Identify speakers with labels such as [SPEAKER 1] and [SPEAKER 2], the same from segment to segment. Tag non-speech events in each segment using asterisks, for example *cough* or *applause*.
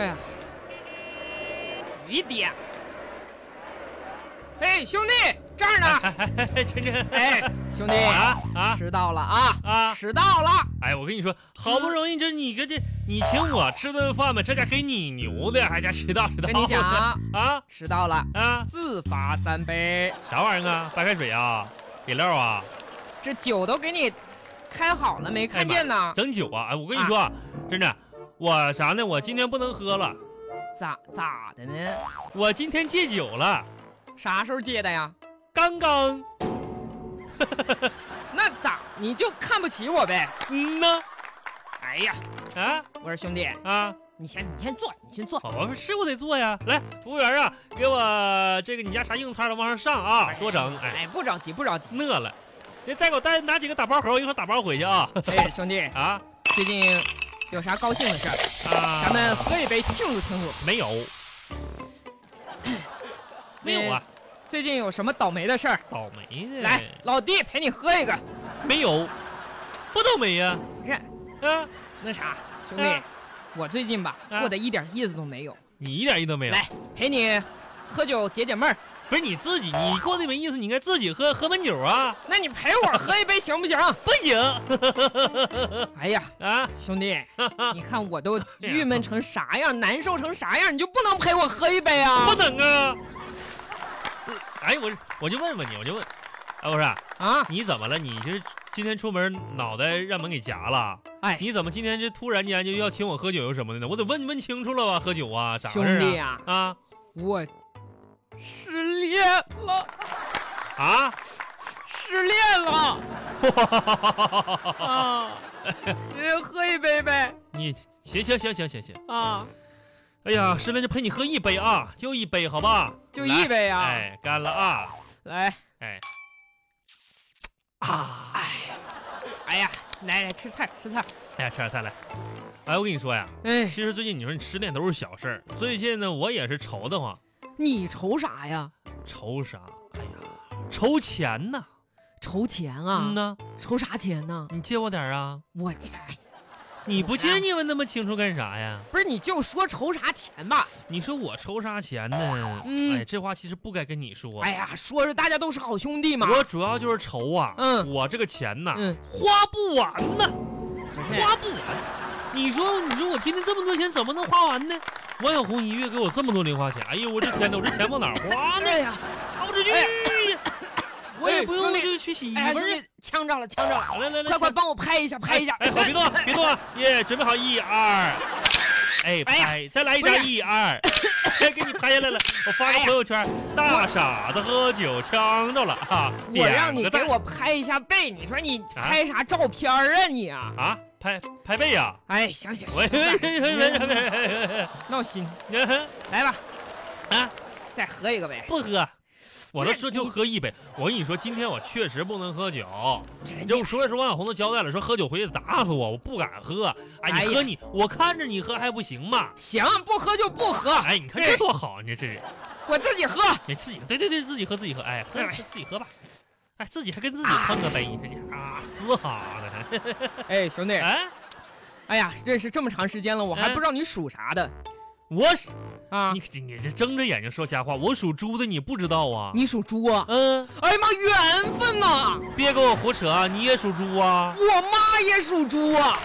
[SPEAKER 1] 呀？
[SPEAKER 2] 哎几点？哎，兄弟，这儿
[SPEAKER 1] *laughs*
[SPEAKER 2] 呢！
[SPEAKER 1] 真真，
[SPEAKER 2] 哎，兄弟，
[SPEAKER 1] 啊啊
[SPEAKER 2] 迟到了啊！
[SPEAKER 1] 啊！
[SPEAKER 2] 迟到了！
[SPEAKER 1] 哎，我跟你说，好不容易这你个这你请我吃顿饭吧，这家给你牛的，还家迟到迟到。
[SPEAKER 2] 跟你讲啊，
[SPEAKER 1] *laughs* 啊
[SPEAKER 2] 迟到了，
[SPEAKER 1] 啊，
[SPEAKER 2] 自罚三杯。
[SPEAKER 1] 啥玩意儿啊？白开水啊，饮料啊，
[SPEAKER 2] 这酒都给你开好了，没看见呢？
[SPEAKER 1] 整酒啊！哎，我跟你说啊，真的，我啥呢？我今天不能喝了，
[SPEAKER 2] 咋咋的呢？
[SPEAKER 1] 我今天戒酒了，
[SPEAKER 2] 啥时候接的呀？
[SPEAKER 1] 刚刚。
[SPEAKER 2] 那咋你就看不起我呗？
[SPEAKER 1] 嗯呢，
[SPEAKER 2] 哎呀，
[SPEAKER 1] 啊
[SPEAKER 2] 我说兄弟，
[SPEAKER 1] 啊，
[SPEAKER 2] 你先你先坐，你先坐。
[SPEAKER 1] 我不是我得做呀。来，服务员啊，给我这个你家啥硬菜都往上上啊，多整。哎，
[SPEAKER 2] 哎，不着急，不着急。
[SPEAKER 1] 饿了，这再给我带拿几个打包盒，我一会儿打包回去啊。
[SPEAKER 2] 哎，兄弟，
[SPEAKER 1] 啊
[SPEAKER 2] 最近有啥高兴的事儿？
[SPEAKER 1] 啊，
[SPEAKER 2] 咱们喝一杯庆祝庆祝。
[SPEAKER 1] 没
[SPEAKER 2] *clears throat*
[SPEAKER 1] 有，没有啊，
[SPEAKER 2] 最近有什么倒霉的事儿？
[SPEAKER 1] 倒霉的
[SPEAKER 2] 呃来，老弟陪你喝一个。
[SPEAKER 1] 没有，不倒霉呀、
[SPEAKER 2] 不是，
[SPEAKER 1] 啊，
[SPEAKER 2] 那啥，兄弟，
[SPEAKER 1] 啊
[SPEAKER 2] 我最近吧
[SPEAKER 1] 啊
[SPEAKER 2] 过得一点意思都没有。
[SPEAKER 1] 你一点意思都没有。
[SPEAKER 2] 来，陪你喝酒解解闷儿。
[SPEAKER 1] 不是你自己，你过得没意思，你应该自己喝喝闷酒啊，
[SPEAKER 2] 那你陪我喝一杯行不行？
[SPEAKER 1] *laughs* 不行
[SPEAKER 2] 哎呀，
[SPEAKER 1] 啊。
[SPEAKER 2] 兄
[SPEAKER 1] *laughs*
[SPEAKER 2] 弟，你看我都郁闷成啥样，难受成啥样，你就不能陪我喝一杯啊
[SPEAKER 1] 不？能
[SPEAKER 2] *laughs*
[SPEAKER 1] 啊！哎，我我就问问你，我就问，哎，我说
[SPEAKER 2] 啊，
[SPEAKER 1] 你怎么了？你是今天出门脑袋让门给夹了？
[SPEAKER 2] 哎，
[SPEAKER 1] 你怎么今天这突然间就要请我喝酒有什么的呢？我得问问清楚了吧？喝酒啊，啥事
[SPEAKER 2] 兄弟
[SPEAKER 1] 儿
[SPEAKER 2] 啊，
[SPEAKER 1] 啊？
[SPEAKER 2] 我失恋了，
[SPEAKER 1] 啊
[SPEAKER 2] 失恋
[SPEAKER 1] *laughs*
[SPEAKER 2] 了
[SPEAKER 1] 啊！ *laughs*
[SPEAKER 2] 啊！人喝一杯呗
[SPEAKER 1] 你行行行行行行，
[SPEAKER 2] 啊，
[SPEAKER 1] 哎呀，失恋就陪你喝一杯啊，就一杯好吧？
[SPEAKER 2] 嗯就一
[SPEAKER 1] 来，
[SPEAKER 2] 杯啊！
[SPEAKER 1] 哎，干了啊！
[SPEAKER 2] 来，
[SPEAKER 1] 哎啊！
[SPEAKER 2] 哎呀，来来吃菜吃菜。
[SPEAKER 1] 哎呀，吃点菜来。哎，我跟你说呀，
[SPEAKER 2] 哎，
[SPEAKER 1] 其实最近你说你失恋都是小事儿，最近呢我也是愁得慌，
[SPEAKER 2] 你愁啥呀？
[SPEAKER 1] 愁啥？哎呀，愁钱呐！
[SPEAKER 2] 愁钱啊
[SPEAKER 1] 嗯？呐，
[SPEAKER 2] 愁啥钱呢？
[SPEAKER 1] 你借我点儿啊？
[SPEAKER 2] 我去，
[SPEAKER 1] 你不
[SPEAKER 2] 我
[SPEAKER 1] 借
[SPEAKER 2] 呀
[SPEAKER 1] 你问那么清楚干啥呀？
[SPEAKER 2] 不是你就说愁啥钱吧？
[SPEAKER 1] 你说我愁啥钱呢？
[SPEAKER 2] 嗯
[SPEAKER 1] 哎，这话其实不该跟你说。
[SPEAKER 2] 哎呀，说是大家都是好兄弟嘛。
[SPEAKER 1] 我主要就是愁啊，
[SPEAKER 2] 嗯
[SPEAKER 1] 我这个钱呐，
[SPEAKER 2] 嗯
[SPEAKER 1] 花不完呐，
[SPEAKER 2] 不是
[SPEAKER 1] 花不完。你说，你说我天天这么多钱怎么能花完呢？王小红一月给我这么多零花钱，哎呦我这天呐，我这钱往哪儿花呢？
[SPEAKER 2] 哎呀，
[SPEAKER 1] 掏不出去
[SPEAKER 2] 哎，
[SPEAKER 1] 我也不用
[SPEAKER 2] 哎兄弟
[SPEAKER 1] 就去洗衣
[SPEAKER 2] 哎呀，
[SPEAKER 1] 服
[SPEAKER 2] 兄
[SPEAKER 1] 去。
[SPEAKER 2] 弟，呛着了，呛着了，
[SPEAKER 1] 来来来，
[SPEAKER 2] 快快
[SPEAKER 1] 下
[SPEAKER 2] 帮我拍一下，拍一下。
[SPEAKER 1] 哎哎，好，别动啊，别动
[SPEAKER 2] *laughs*
[SPEAKER 1] 啊！耶，准备好，一二，哎，
[SPEAKER 2] 哎呀
[SPEAKER 1] 拍，再来一
[SPEAKER 2] 不
[SPEAKER 1] 张，
[SPEAKER 2] 是
[SPEAKER 1] 一
[SPEAKER 2] *laughs*
[SPEAKER 1] 二，哎，给你拍下来了。我发个
[SPEAKER 2] 哎呀
[SPEAKER 1] 朋友圈，大傻子喝酒呛着了哈。
[SPEAKER 2] 我让
[SPEAKER 1] 点
[SPEAKER 2] 你
[SPEAKER 1] 个
[SPEAKER 2] 给
[SPEAKER 1] 啊赞
[SPEAKER 2] 我拍一下背，你说你拍啥照片啊你啊？
[SPEAKER 1] 啊，拍拍背呀！
[SPEAKER 2] 哎，行行，
[SPEAKER 1] 我我
[SPEAKER 2] 闹心，来吧，
[SPEAKER 1] 啊，
[SPEAKER 2] 再喝一个呗。
[SPEAKER 1] *laughs* 不喝，我都
[SPEAKER 2] 不是
[SPEAKER 1] 说就
[SPEAKER 2] 你哎
[SPEAKER 1] 喝一杯。我跟你说，今天我确实不能喝酒。
[SPEAKER 2] 真
[SPEAKER 1] 就说的是王小红都交代了，说喝酒回去打死我，我不敢喝。哎，
[SPEAKER 2] 哎
[SPEAKER 1] 你
[SPEAKER 2] 呀啊
[SPEAKER 1] 喝你，我看着你喝还不行吗？
[SPEAKER 2] 行，不喝就不喝，
[SPEAKER 1] 哎，你看这多好，你这是
[SPEAKER 2] 我自己喝。
[SPEAKER 1] 你哎自己对对对，自己喝自己喝，哎，喝
[SPEAKER 2] 哎
[SPEAKER 1] 自己喝吧，哎，自己还跟自己碰个杯，你看你啊，嘶哈的，
[SPEAKER 2] 哎，兄弟，
[SPEAKER 1] 哎，
[SPEAKER 2] 哎呀，认识这么长时间了，我还
[SPEAKER 1] 哎
[SPEAKER 2] 不知道你属啥的
[SPEAKER 1] 我是
[SPEAKER 2] 啊
[SPEAKER 1] 你？你这睁着眼睛说瞎话，我属猪的你不知道啊？
[SPEAKER 2] 你属猪啊？
[SPEAKER 1] 嗯，
[SPEAKER 2] 哎呀妈，缘分呐、
[SPEAKER 1] 别跟我胡扯啊，你也属猪啊？
[SPEAKER 2] 我妈也属猪啊！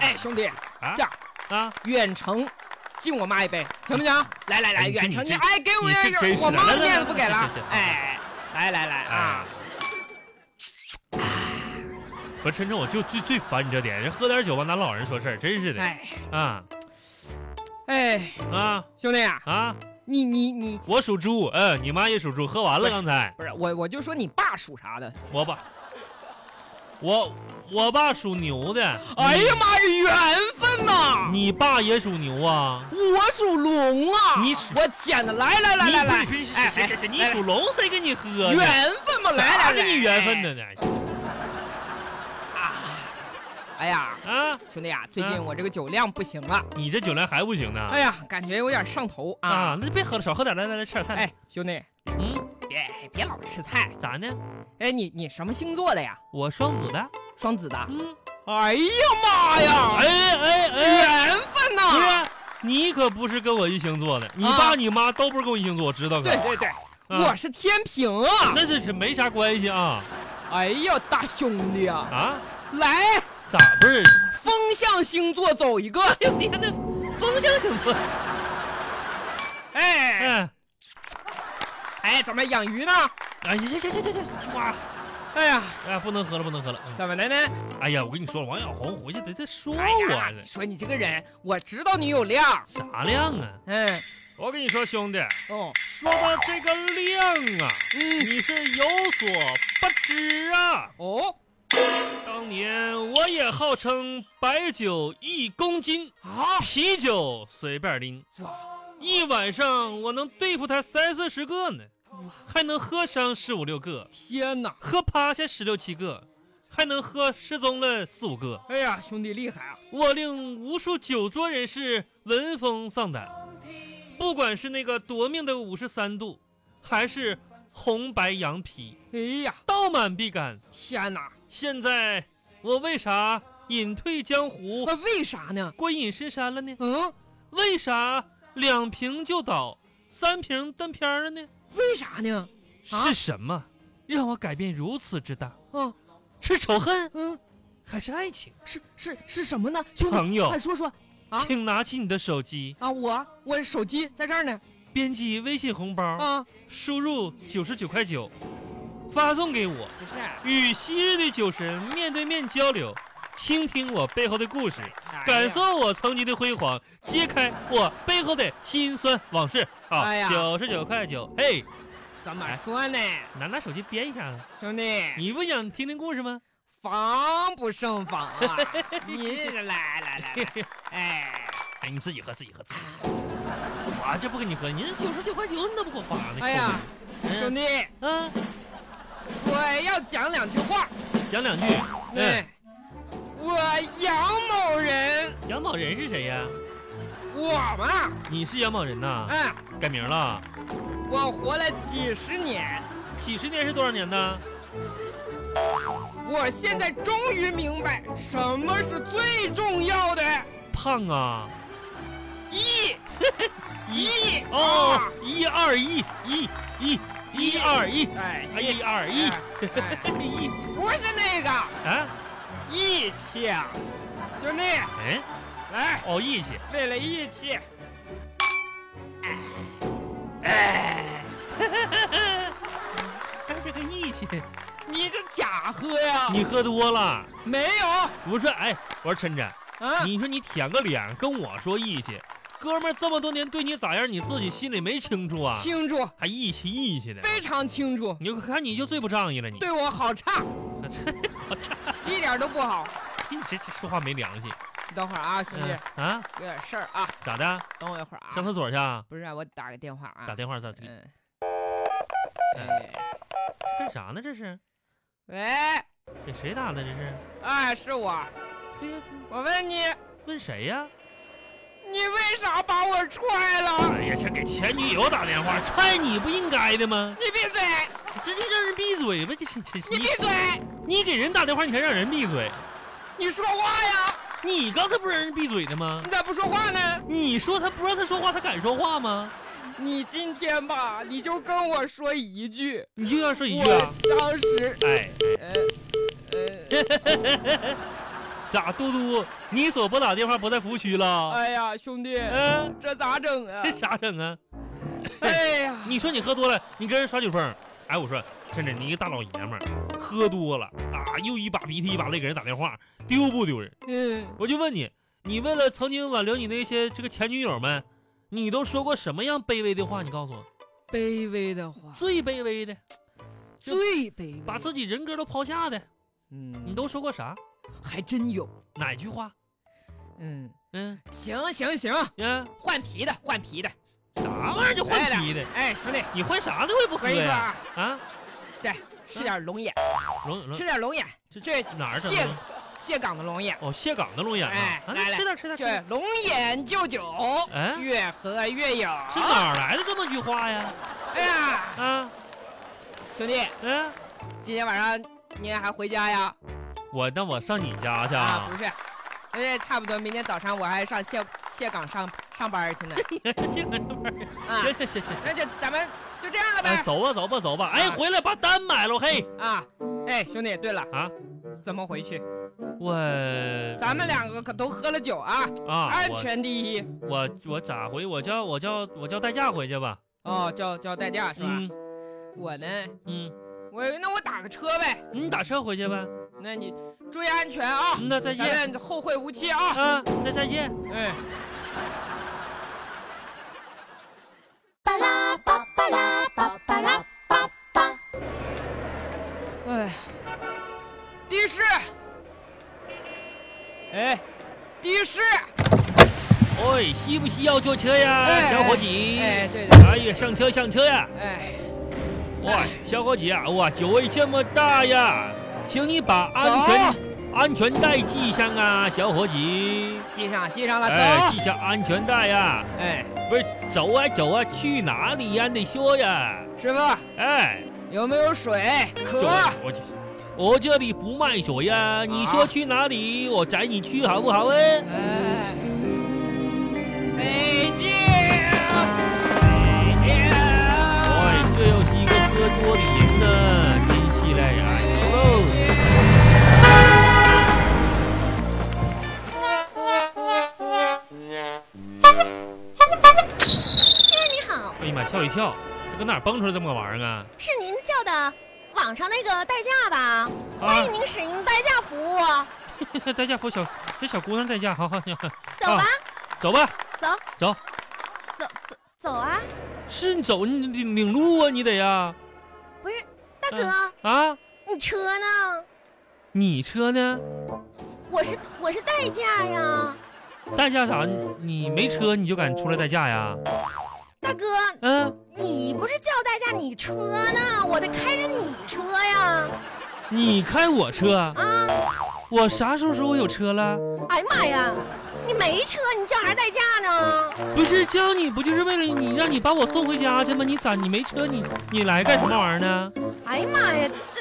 [SPEAKER 2] 哎，兄弟，
[SPEAKER 1] 啊
[SPEAKER 2] 这样
[SPEAKER 1] 啊，
[SPEAKER 2] 远程敬我妈一杯，行不行？来来来，
[SPEAKER 1] 你这
[SPEAKER 2] 远程
[SPEAKER 1] 你
[SPEAKER 2] 敬，
[SPEAKER 1] 这
[SPEAKER 2] 哎，给我
[SPEAKER 1] 你这
[SPEAKER 2] 面
[SPEAKER 1] 真
[SPEAKER 2] 子，
[SPEAKER 1] 是
[SPEAKER 2] 我
[SPEAKER 1] 的
[SPEAKER 2] 妈
[SPEAKER 1] 来来
[SPEAKER 2] 面
[SPEAKER 1] 来
[SPEAKER 2] 子不给
[SPEAKER 1] 来
[SPEAKER 2] 了
[SPEAKER 1] 是是是。
[SPEAKER 2] 哎，来来来
[SPEAKER 1] 哎
[SPEAKER 2] 啊，
[SPEAKER 1] 不是晨晨，我就最最烦你这点，人喝点酒吧，拿老人说事儿，真是的
[SPEAKER 2] 哎
[SPEAKER 1] 啊
[SPEAKER 2] 哎，
[SPEAKER 1] 啊
[SPEAKER 2] 兄弟啊，
[SPEAKER 1] 啊！
[SPEAKER 2] 你你你，
[SPEAKER 1] 我属猪，嗯，你妈也属猪，喝完了
[SPEAKER 2] 不
[SPEAKER 1] 刚才
[SPEAKER 2] 不是我我就说你爸属啥的？
[SPEAKER 1] 我爸，我我爸属牛的，
[SPEAKER 2] 哎
[SPEAKER 1] 你
[SPEAKER 2] 呀妈呀，缘分呐！
[SPEAKER 1] 你爸也属牛啊？
[SPEAKER 2] 我属龙啊！
[SPEAKER 1] 你属
[SPEAKER 2] 我天哪！来来来来来
[SPEAKER 1] 你不是，
[SPEAKER 2] 哎
[SPEAKER 1] 谁谁谁，你属龙，谁跟你喝呢？
[SPEAKER 2] 缘分嘛，来来
[SPEAKER 1] 跟
[SPEAKER 2] 来，哎
[SPEAKER 1] 你缘分的呢？
[SPEAKER 2] 啊！哎呀，
[SPEAKER 1] 啊，
[SPEAKER 2] 兄弟啊，最近
[SPEAKER 1] 啊
[SPEAKER 2] 我这个酒量不行了。
[SPEAKER 1] 你这酒量还不行呢？
[SPEAKER 2] 哎呀，感觉有点上头啊！
[SPEAKER 1] 啊，那就别喝了，少喝点，来来来，吃点菜。
[SPEAKER 2] 哎，，兄弟，
[SPEAKER 1] 嗯，
[SPEAKER 2] 别别老吃菜。
[SPEAKER 1] 咋呢？
[SPEAKER 2] 哎，你你什么星座的呀？
[SPEAKER 1] 我双子的。
[SPEAKER 2] 双子的。
[SPEAKER 1] 嗯，
[SPEAKER 2] 哎呀妈呀！
[SPEAKER 1] 哎哎哎，
[SPEAKER 2] 缘分
[SPEAKER 1] 不
[SPEAKER 2] 呐！
[SPEAKER 1] 是，啊你可不是跟我一星座的，你爸
[SPEAKER 2] 啊
[SPEAKER 1] 你妈都不是跟我一星座，我知道可
[SPEAKER 2] 对
[SPEAKER 3] 对对，
[SPEAKER 1] 啊
[SPEAKER 2] 我是天平啊！
[SPEAKER 1] 那这这没啥关系啊
[SPEAKER 2] 哎呀，大兄弟啊，
[SPEAKER 1] 啊！
[SPEAKER 2] 来，
[SPEAKER 1] 咋不
[SPEAKER 2] *laughs*
[SPEAKER 1] 是？
[SPEAKER 2] 风象星座走一个，
[SPEAKER 1] 哎呦天哪，风象星座，
[SPEAKER 2] 哎
[SPEAKER 1] 哎，
[SPEAKER 2] 哎，怎么养鱼呢？
[SPEAKER 1] 哎呀，这这这这这，哇！
[SPEAKER 2] 哎呀，
[SPEAKER 1] 哎，不能喝了，不能喝了。嗯
[SPEAKER 2] 怎么了呢？
[SPEAKER 1] 哎呀，我跟你说，王小红回去得再说
[SPEAKER 2] 哎
[SPEAKER 1] 我
[SPEAKER 2] 呀，
[SPEAKER 1] 呢
[SPEAKER 2] 你说你这个人，我知道你有量。
[SPEAKER 1] 啥量啊？
[SPEAKER 2] 嗯，
[SPEAKER 1] 我跟你说，兄弟，
[SPEAKER 2] 哦，
[SPEAKER 1] 说到这个量啊，
[SPEAKER 2] 嗯，
[SPEAKER 1] 你是有所不知啊。
[SPEAKER 2] 哦
[SPEAKER 1] 当年我也号称白酒一公斤，
[SPEAKER 2] 啊，
[SPEAKER 1] 啤酒随便拎，
[SPEAKER 2] 哇
[SPEAKER 1] 一晚上我能对付他三四十个呢，
[SPEAKER 2] 哇，
[SPEAKER 1] 还能喝伤十五六个，
[SPEAKER 2] 天哪！
[SPEAKER 1] 喝趴下十六七个，还能喝失踪了四五个。
[SPEAKER 2] 哎呀，兄弟厉害啊！
[SPEAKER 1] 我令无数酒桌人士闻风丧胆。不管是那个夺命的五十三度，还是红白羊皮，
[SPEAKER 2] 哎呀，
[SPEAKER 1] 倒满必干。
[SPEAKER 2] 天哪！
[SPEAKER 1] 现在我为啥隐退江湖，
[SPEAKER 2] 那为啥呢？
[SPEAKER 1] 归隐深山了呢？
[SPEAKER 2] 嗯，
[SPEAKER 1] 为啥两瓶就倒，三瓶断片儿了呢？
[SPEAKER 2] 为啥呢？啊
[SPEAKER 1] 是什么让我改变如此之大？
[SPEAKER 2] 嗯
[SPEAKER 1] 是仇恨
[SPEAKER 2] 嗯，
[SPEAKER 1] 还是爱情？
[SPEAKER 2] 是是是什么呢？兄弟，
[SPEAKER 1] 朋友
[SPEAKER 2] 快，说说啊
[SPEAKER 1] 请拿起你的手机，
[SPEAKER 2] 啊！我我手机在这儿呢
[SPEAKER 1] 编辑微信红包。
[SPEAKER 2] 啊！
[SPEAKER 1] 输入九十九块九，发送给我，
[SPEAKER 2] 不是，
[SPEAKER 1] 与昔日的酒神面对面交流，倾听我背后的故事，感受我曾经的辉煌，揭开我背后的辛酸往事
[SPEAKER 2] 哎
[SPEAKER 1] 啊！
[SPEAKER 2] 呀
[SPEAKER 1] 九十九块九，嘿，
[SPEAKER 2] 怎么说呢，
[SPEAKER 1] 拿拿手机编一下子，
[SPEAKER 2] 兄弟，
[SPEAKER 1] 你不想听听故事吗？
[SPEAKER 2] 防不胜防 *laughs* 啊！你来来来来， *laughs* 哎
[SPEAKER 1] 哎，你自己喝，自己喝，自己喝。我啊这不跟你喝，你这九十九块九你都不给我发呢？
[SPEAKER 2] 哎呀，兄
[SPEAKER 1] 嗯，
[SPEAKER 2] 弟，
[SPEAKER 1] 啊，
[SPEAKER 2] 我要讲两句话。
[SPEAKER 1] 讲两句。嗯，
[SPEAKER 2] 哎，我杨某人，
[SPEAKER 1] 杨某人是谁呀？
[SPEAKER 2] 我嘛，
[SPEAKER 1] 你是杨某人呐？
[SPEAKER 2] 哎，
[SPEAKER 1] 改名了。
[SPEAKER 2] 我活了几十年，
[SPEAKER 1] 几十年是多少年呢？
[SPEAKER 2] 我现在终于明白什么是最重要的
[SPEAKER 1] 胖啊！
[SPEAKER 2] 义， *laughs* 义啊
[SPEAKER 1] 哦，，一二一，一一一二一，啊
[SPEAKER 2] 哎，
[SPEAKER 1] 一二一，
[SPEAKER 2] 哎，
[SPEAKER 1] 一
[SPEAKER 2] 不是那个
[SPEAKER 1] 啊！
[SPEAKER 2] 义气啊，兄弟，
[SPEAKER 1] 哎，
[SPEAKER 2] 来，
[SPEAKER 1] 哦，义气！
[SPEAKER 2] 为了义气，哎
[SPEAKER 1] 还是哎个义气。
[SPEAKER 2] 你这假喝呀？
[SPEAKER 1] 你喝多了，
[SPEAKER 2] 没有
[SPEAKER 1] 我说哎，我说晨晨，
[SPEAKER 2] 啊？
[SPEAKER 1] 你说你舔个脸跟我说义气，哥们儿这么多年对你咋样，你自己心里没清楚啊？
[SPEAKER 2] 清楚，
[SPEAKER 1] 还义气义气的，
[SPEAKER 2] 非常清楚，
[SPEAKER 1] 你看你就最不仗义了，你
[SPEAKER 2] 对我好
[SPEAKER 1] *laughs*
[SPEAKER 2] 差，
[SPEAKER 1] 这好差，
[SPEAKER 2] 一点都不好。
[SPEAKER 1] 你这这说话没良心。
[SPEAKER 2] 等会儿啊，兄弟
[SPEAKER 1] 嗯，啊，
[SPEAKER 2] 有点事儿啊，
[SPEAKER 1] 咋的？
[SPEAKER 2] 等我一会儿啊。
[SPEAKER 1] 上厕所去？啊？
[SPEAKER 2] 不是啊，我打个电话啊。
[SPEAKER 1] 打电话咋？是
[SPEAKER 2] 嗯。
[SPEAKER 1] 嗯
[SPEAKER 2] 哎，
[SPEAKER 1] 干啥呢？这是
[SPEAKER 2] 喂，
[SPEAKER 1] 给谁打的？这是？
[SPEAKER 2] 哎，是我，
[SPEAKER 1] 对呀，
[SPEAKER 2] 我问你，
[SPEAKER 1] 问谁呀、
[SPEAKER 2] 你为啥把我踹了？
[SPEAKER 1] 哎呀，这给前女友打电话，踹你不应该的吗？
[SPEAKER 2] 你闭嘴，
[SPEAKER 1] 这这让人闭嘴吧，这这这
[SPEAKER 2] 你闭嘴，
[SPEAKER 1] 你你给人打电话，你还让人闭嘴？
[SPEAKER 2] 你说话呀？
[SPEAKER 1] 你刚才不让人闭嘴的吗？
[SPEAKER 2] 你咋不说话呢？
[SPEAKER 1] 你说他不让他说话，他敢说话吗？
[SPEAKER 2] 你今天吧，你就跟我说一句，
[SPEAKER 1] 你就要说一句啊
[SPEAKER 2] 我，当时，
[SPEAKER 1] 哎，
[SPEAKER 2] 呃，呃，
[SPEAKER 1] 咋嘟嘟？你所拨打电话不在服务区了？
[SPEAKER 2] 哎呀，兄弟，
[SPEAKER 1] 嗯、
[SPEAKER 2] 这咋整啊
[SPEAKER 1] 这？啥整啊？
[SPEAKER 2] 哎呀，
[SPEAKER 1] 你说你喝多了，你跟人耍酒疯儿，哎，我说真的，你一个大老爷们儿，喝多了啊，又一把鼻涕一把泪给人打电话，丢不丢人？
[SPEAKER 2] 嗯，
[SPEAKER 1] 我就问你，你为了曾经挽留你那些这个前女友们，你都说过什么样卑微的话？你告诉我，
[SPEAKER 2] 卑微的话，
[SPEAKER 1] 最卑微的，就
[SPEAKER 2] 最卑微，
[SPEAKER 1] 把自己人格都抛下的，你
[SPEAKER 2] 嗯，
[SPEAKER 1] 都说过啥？
[SPEAKER 2] 还真有，
[SPEAKER 1] 哪句话？
[SPEAKER 2] 嗯，
[SPEAKER 1] 嗯
[SPEAKER 2] 行行行，
[SPEAKER 1] 呀，
[SPEAKER 2] 换皮的，换皮的，
[SPEAKER 1] 啥玩意儿就换皮的？
[SPEAKER 2] 哎，兄弟，
[SPEAKER 1] 你换啥呢？我也不
[SPEAKER 2] 我
[SPEAKER 1] 喝
[SPEAKER 2] 跟你说
[SPEAKER 1] 呀！
[SPEAKER 2] 啊，
[SPEAKER 1] 啊，
[SPEAKER 2] 对，吃点龙眼，
[SPEAKER 1] 龙龙
[SPEAKER 2] 吃点龙眼，
[SPEAKER 1] 这
[SPEAKER 2] 这
[SPEAKER 1] 哪儿整
[SPEAKER 2] 蟹
[SPEAKER 1] 的？
[SPEAKER 2] 蟹港的龙眼，
[SPEAKER 1] 哦，蟹港的龙眼
[SPEAKER 2] 哎
[SPEAKER 1] 啊！啊，
[SPEAKER 2] 来
[SPEAKER 1] 那
[SPEAKER 2] 来
[SPEAKER 1] 吃点吃点吃
[SPEAKER 2] 这
[SPEAKER 1] 点。
[SPEAKER 2] 龙眼救酒，
[SPEAKER 1] 哎，
[SPEAKER 2] 越喝越有。
[SPEAKER 1] 是哪儿来的这么句话呀？
[SPEAKER 2] 哎呀，
[SPEAKER 1] 啊，
[SPEAKER 2] 兄弟，
[SPEAKER 1] 嗯，
[SPEAKER 2] 今天晚上你还回家呀？
[SPEAKER 1] 我那我上你家去
[SPEAKER 2] 啊，
[SPEAKER 1] *laughs* 啊
[SPEAKER 2] 不！是，因为差不多，明天早上我还上蟹蟹港上上班儿去呢。
[SPEAKER 1] 这个这玩意
[SPEAKER 2] 啊，
[SPEAKER 1] 儿，行行行行
[SPEAKER 2] 那
[SPEAKER 1] 行，
[SPEAKER 2] 就咱们就这样了
[SPEAKER 1] 啊
[SPEAKER 2] 呗。
[SPEAKER 1] 走吧走吧走吧，哎，
[SPEAKER 2] 啊
[SPEAKER 1] 回来把单买了，嘿，
[SPEAKER 2] 啊，哎，兄弟，对了
[SPEAKER 1] 啊，
[SPEAKER 2] 怎么回去？
[SPEAKER 1] 我
[SPEAKER 2] 咱们两个可都喝了酒啊，
[SPEAKER 1] 啊，
[SPEAKER 2] 安
[SPEAKER 1] 我
[SPEAKER 2] 全第一。
[SPEAKER 1] 我我咋回？我叫我叫我叫代驾回去吧，
[SPEAKER 2] 哦，叫叫代驾是吧？
[SPEAKER 1] 嗯
[SPEAKER 2] 我呢，
[SPEAKER 1] 嗯，
[SPEAKER 2] 我那我打个车呗。
[SPEAKER 1] 你打车回去呗，
[SPEAKER 2] 那你注意安全啊，
[SPEAKER 1] 嗯那再
[SPEAKER 2] 咱
[SPEAKER 1] 见
[SPEAKER 2] 们后会无期啊。
[SPEAKER 1] 啊，再再见。
[SPEAKER 2] 哎。
[SPEAKER 3] 巴拉巴巴拉巴巴拉巴巴。
[SPEAKER 2] 哎，的士，哎，的士，
[SPEAKER 1] 喂，需不需要坐车呀，
[SPEAKER 2] 哎
[SPEAKER 1] 小伙计？
[SPEAKER 2] 哎，对对，
[SPEAKER 1] 哎呀，上车上车呀！
[SPEAKER 2] 哎，
[SPEAKER 1] 哇，小伙计啊，哇，酒味这么大呀，请你把安
[SPEAKER 2] 走
[SPEAKER 1] 全安全带系上啊，小伙计。
[SPEAKER 2] 系上系上了，走，
[SPEAKER 1] 哎，系上安全带呀！
[SPEAKER 2] 哎，
[SPEAKER 1] 不是，走啊走啊，去哪里呀？你得说呀！
[SPEAKER 2] 师傅
[SPEAKER 1] 哎，
[SPEAKER 2] 有没有水？
[SPEAKER 1] 走
[SPEAKER 2] 渴，
[SPEAKER 1] 我这我这里不卖水呀，你说
[SPEAKER 2] 啊
[SPEAKER 1] 去哪里，我载你去好不好？哎，
[SPEAKER 2] 哎，北京，北
[SPEAKER 1] 哎，
[SPEAKER 2] 京，
[SPEAKER 1] 这又是一个喝多的人呢，真是的，哎呦。
[SPEAKER 3] 先生你好，
[SPEAKER 1] 哎呀妈，吓我一跳！这搁哪儿蹦出来这么个玩意儿啊？
[SPEAKER 3] 是您叫的网上那个代驾吧？欢
[SPEAKER 1] 啊，
[SPEAKER 3] 迎您使用代驾服务，
[SPEAKER 1] 代驾服小这小姑娘代驾，好好行，
[SPEAKER 3] 走吧，
[SPEAKER 1] 走吧。
[SPEAKER 3] 走
[SPEAKER 1] 啊走
[SPEAKER 3] 走走走啊！
[SPEAKER 1] 是你走，你领领路啊，你得呀
[SPEAKER 3] 不是，大
[SPEAKER 1] 嗯
[SPEAKER 3] 哥，
[SPEAKER 1] 啊！
[SPEAKER 3] 你车呢？
[SPEAKER 1] 你车呢？
[SPEAKER 3] 我是我是代驾
[SPEAKER 1] 哦
[SPEAKER 3] 呀，
[SPEAKER 1] 代驾啥？你没车你就敢出来代驾呀？
[SPEAKER 3] 大哥，
[SPEAKER 1] 嗯、
[SPEAKER 3] 你不是叫代驾，你车呢？我得开着你车呀！
[SPEAKER 1] 你开我车，
[SPEAKER 3] 啊，
[SPEAKER 1] 我啥时候说我有车了？
[SPEAKER 3] 哎呀妈呀，你没车，你叫啥代驾呢？
[SPEAKER 1] 不是叫你不就是为了你让你把我送回家去吗？啊你咋你没车你你来干什么玩意儿呢？
[SPEAKER 3] 哎呀妈呀，这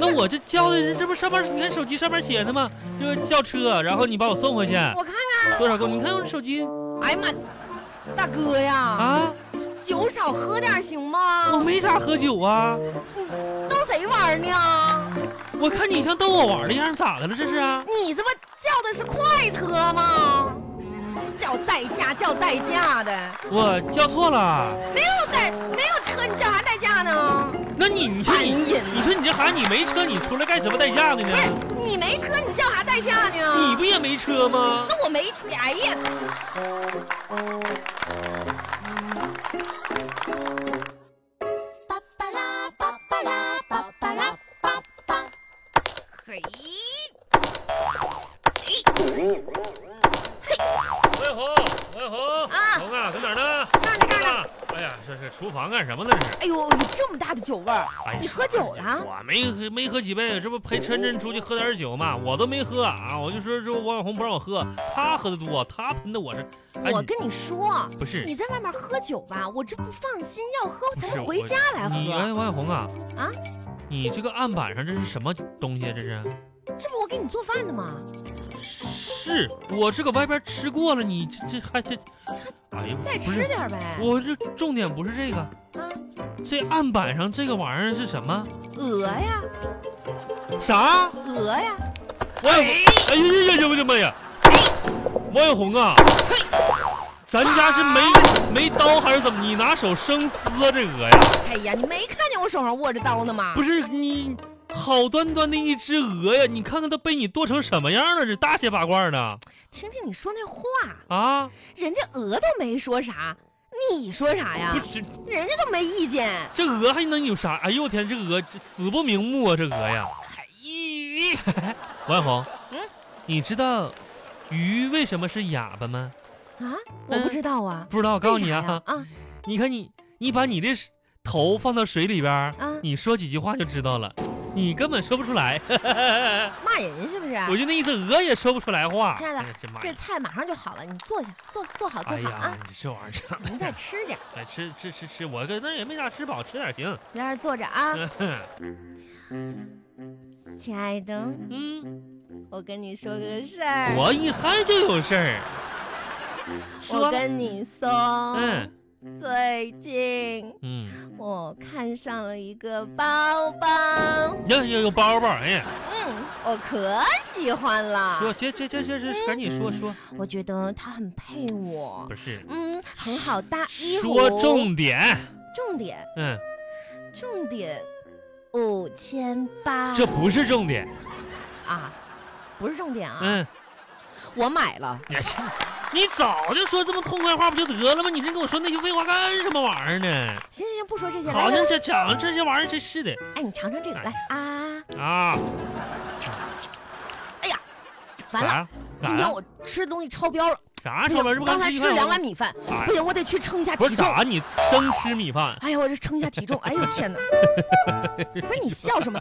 [SPEAKER 1] 那我这叫的是这不上面你看手机上面写的吗？这个叫车，然后你把我送回去。啊
[SPEAKER 3] 我看
[SPEAKER 1] 多少个？你看我这手机
[SPEAKER 3] 看，哎呀妈，大哥呀，
[SPEAKER 1] 啊，哦
[SPEAKER 3] 酒少喝点行
[SPEAKER 1] 我
[SPEAKER 3] 吗？
[SPEAKER 1] 没咋喝酒啊，
[SPEAKER 3] 逗谁玩呢？
[SPEAKER 1] 我看你像逗我玩儿的样儿，咋的了？这是啊？
[SPEAKER 3] 你这不叫的是快车吗？叫代驾，叫代驾的，
[SPEAKER 1] 我叫错了？
[SPEAKER 3] 没有代没有车，你叫啥代驾呢？
[SPEAKER 1] 那你你说
[SPEAKER 3] 烦
[SPEAKER 1] 你，
[SPEAKER 3] 人！
[SPEAKER 1] 你说你这孩子你没车，你出来干什么代驾的呢
[SPEAKER 3] 不？是你没车，你叫啥代驾呢？
[SPEAKER 1] 你不也没车吗？
[SPEAKER 3] 那我没，哎呀，
[SPEAKER 4] 巴巴拉巴巴拉巴巴拉巴巴。
[SPEAKER 3] 嘿，
[SPEAKER 1] 喂红，喂红，
[SPEAKER 3] 啊
[SPEAKER 1] 红啊，搁哪儿呢？
[SPEAKER 3] 看着看着，
[SPEAKER 1] 啊，哎呀，这是厨房干什么呢？这是？
[SPEAKER 3] 哎呦，这么大的酒味儿，
[SPEAKER 1] 哎呀
[SPEAKER 3] 你喝酒了？
[SPEAKER 1] 我没喝没喝几杯，这不陪晨晨出去喝点酒
[SPEAKER 3] 嗯
[SPEAKER 1] 嘛？我都没喝啊，我就说这王小红不让我喝，她喝的多，她喷的我这，哎，
[SPEAKER 3] 我
[SPEAKER 1] 你
[SPEAKER 3] 跟你说，
[SPEAKER 1] 不是
[SPEAKER 3] 你在外面喝酒吧，我这不放心，要喝
[SPEAKER 1] 不
[SPEAKER 3] 咱
[SPEAKER 1] 是
[SPEAKER 3] 们回
[SPEAKER 1] 哎我
[SPEAKER 3] 家来
[SPEAKER 1] 你
[SPEAKER 3] 喝。
[SPEAKER 1] 哎，王小红啊，
[SPEAKER 3] 啊，
[SPEAKER 1] 你这个案板上这是什么东西啊？这是？
[SPEAKER 3] 这不我给你做饭的吗？
[SPEAKER 1] 是我这搁外边吃过了，你这这还这，哎呀，
[SPEAKER 3] 再
[SPEAKER 1] 不
[SPEAKER 3] 吃
[SPEAKER 1] 是，
[SPEAKER 3] 点呗。
[SPEAKER 1] 我这重点不是这个，
[SPEAKER 3] 啊，
[SPEAKER 1] 这案板上这个玩意儿是什么？
[SPEAKER 3] 鹅呀，
[SPEAKER 1] 啥？
[SPEAKER 3] 鹅呀，
[SPEAKER 1] 王小红，哎呀呀呀呀！我的妈呀！王小红啊，咱家是没没刀还是怎么？你拿手生撕啊这鹅呀？
[SPEAKER 3] 哎呀，你没看见我手上握着刀呢吗？
[SPEAKER 1] 不是你。好端端的一只鹅呀，你看看它被你剁成什么样了？这大卸八块的
[SPEAKER 3] 听听你说那话，
[SPEAKER 1] 啊！
[SPEAKER 3] 人家鹅都没说啥，你说啥呀
[SPEAKER 1] 不？是
[SPEAKER 3] 人家都没意见。
[SPEAKER 1] 这鹅还能有啥？哎呦我天，这鹅这死不瞑目啊！这鹅呀，
[SPEAKER 3] 哎，
[SPEAKER 1] 王小红，
[SPEAKER 2] 嗯
[SPEAKER 1] 你知道鱼为什么是哑巴吗？
[SPEAKER 3] 啊，我不知道啊。
[SPEAKER 1] 不知嗯道，我告诉你
[SPEAKER 3] 为啥呀
[SPEAKER 1] 啊，
[SPEAKER 3] 啊
[SPEAKER 1] 你看你，你把你的头放到水里边儿，
[SPEAKER 3] 啊，
[SPEAKER 1] 你说几句话就知道了，你根本说不出
[SPEAKER 3] *laughs*
[SPEAKER 1] 来。
[SPEAKER 3] 骂人是不是？
[SPEAKER 1] 我就那意思，鹅也说不出来话。
[SPEAKER 3] 亲爱的
[SPEAKER 1] 哎呀，这妈
[SPEAKER 3] 这
[SPEAKER 1] 呀！
[SPEAKER 3] 菜马上就好了，你坐下，坐坐好坐
[SPEAKER 1] 哎
[SPEAKER 3] 好
[SPEAKER 1] 呀
[SPEAKER 3] 啊，，
[SPEAKER 1] 你这玩意儿，
[SPEAKER 3] 您再吃点，
[SPEAKER 1] 哎，吃吃吃吃，我这那也没啥吃饱，吃点儿行。
[SPEAKER 3] 你在这儿坐着啊，
[SPEAKER 1] 嗯
[SPEAKER 3] 亲爱的，
[SPEAKER 1] *laughs* 嗯，
[SPEAKER 3] 我跟你说个事儿。
[SPEAKER 1] 我一猜就有事儿。
[SPEAKER 3] 哎我
[SPEAKER 1] 说，
[SPEAKER 3] 跟你说，
[SPEAKER 1] 嗯
[SPEAKER 3] 最近
[SPEAKER 1] 嗯，
[SPEAKER 3] 我看上了一个包包，
[SPEAKER 1] 要要有包包，哎呀，
[SPEAKER 3] 嗯，我可喜欢
[SPEAKER 1] 说
[SPEAKER 3] 了，
[SPEAKER 1] 这这这这这，赶紧说说，
[SPEAKER 3] 我觉得它很配我
[SPEAKER 1] 不，是，
[SPEAKER 3] 嗯，很好搭衣服。
[SPEAKER 1] 说重点，
[SPEAKER 3] 重点，
[SPEAKER 1] 嗯，
[SPEAKER 3] 重点，五千八
[SPEAKER 1] 这不是重点，
[SPEAKER 3] 啊，不是重点啊，
[SPEAKER 1] 嗯，
[SPEAKER 3] 我买了，
[SPEAKER 1] 你哎你早就说这么痛快话不就得了吗？你这跟我说那些废话干什么玩意儿呢？
[SPEAKER 3] 行行行，不说这些，来
[SPEAKER 1] 好
[SPEAKER 3] 来
[SPEAKER 1] 像
[SPEAKER 3] 来，
[SPEAKER 1] 这长这些玩意儿真是的
[SPEAKER 3] 哎，你尝尝这个，来啊，
[SPEAKER 1] 啊！
[SPEAKER 3] 完
[SPEAKER 1] 咋？
[SPEAKER 3] 了，今
[SPEAKER 1] 咋
[SPEAKER 3] 天
[SPEAKER 1] 了？
[SPEAKER 3] 我吃的东西超标了，
[SPEAKER 1] 啥
[SPEAKER 3] 不
[SPEAKER 1] 超标？这
[SPEAKER 3] 行，
[SPEAKER 1] 不
[SPEAKER 3] 刚才
[SPEAKER 1] 吃一
[SPEAKER 3] 吃
[SPEAKER 1] 块
[SPEAKER 3] 两
[SPEAKER 1] 吗
[SPEAKER 3] 碗米饭，
[SPEAKER 1] 哎
[SPEAKER 3] 不行，我得去称一下
[SPEAKER 1] 不
[SPEAKER 3] 体
[SPEAKER 1] 是
[SPEAKER 3] 重。
[SPEAKER 1] 咋你生吃米 *laughs* 饭？
[SPEAKER 3] 哎呀，我这称一下体重，哎呦天哪！不是你笑什么？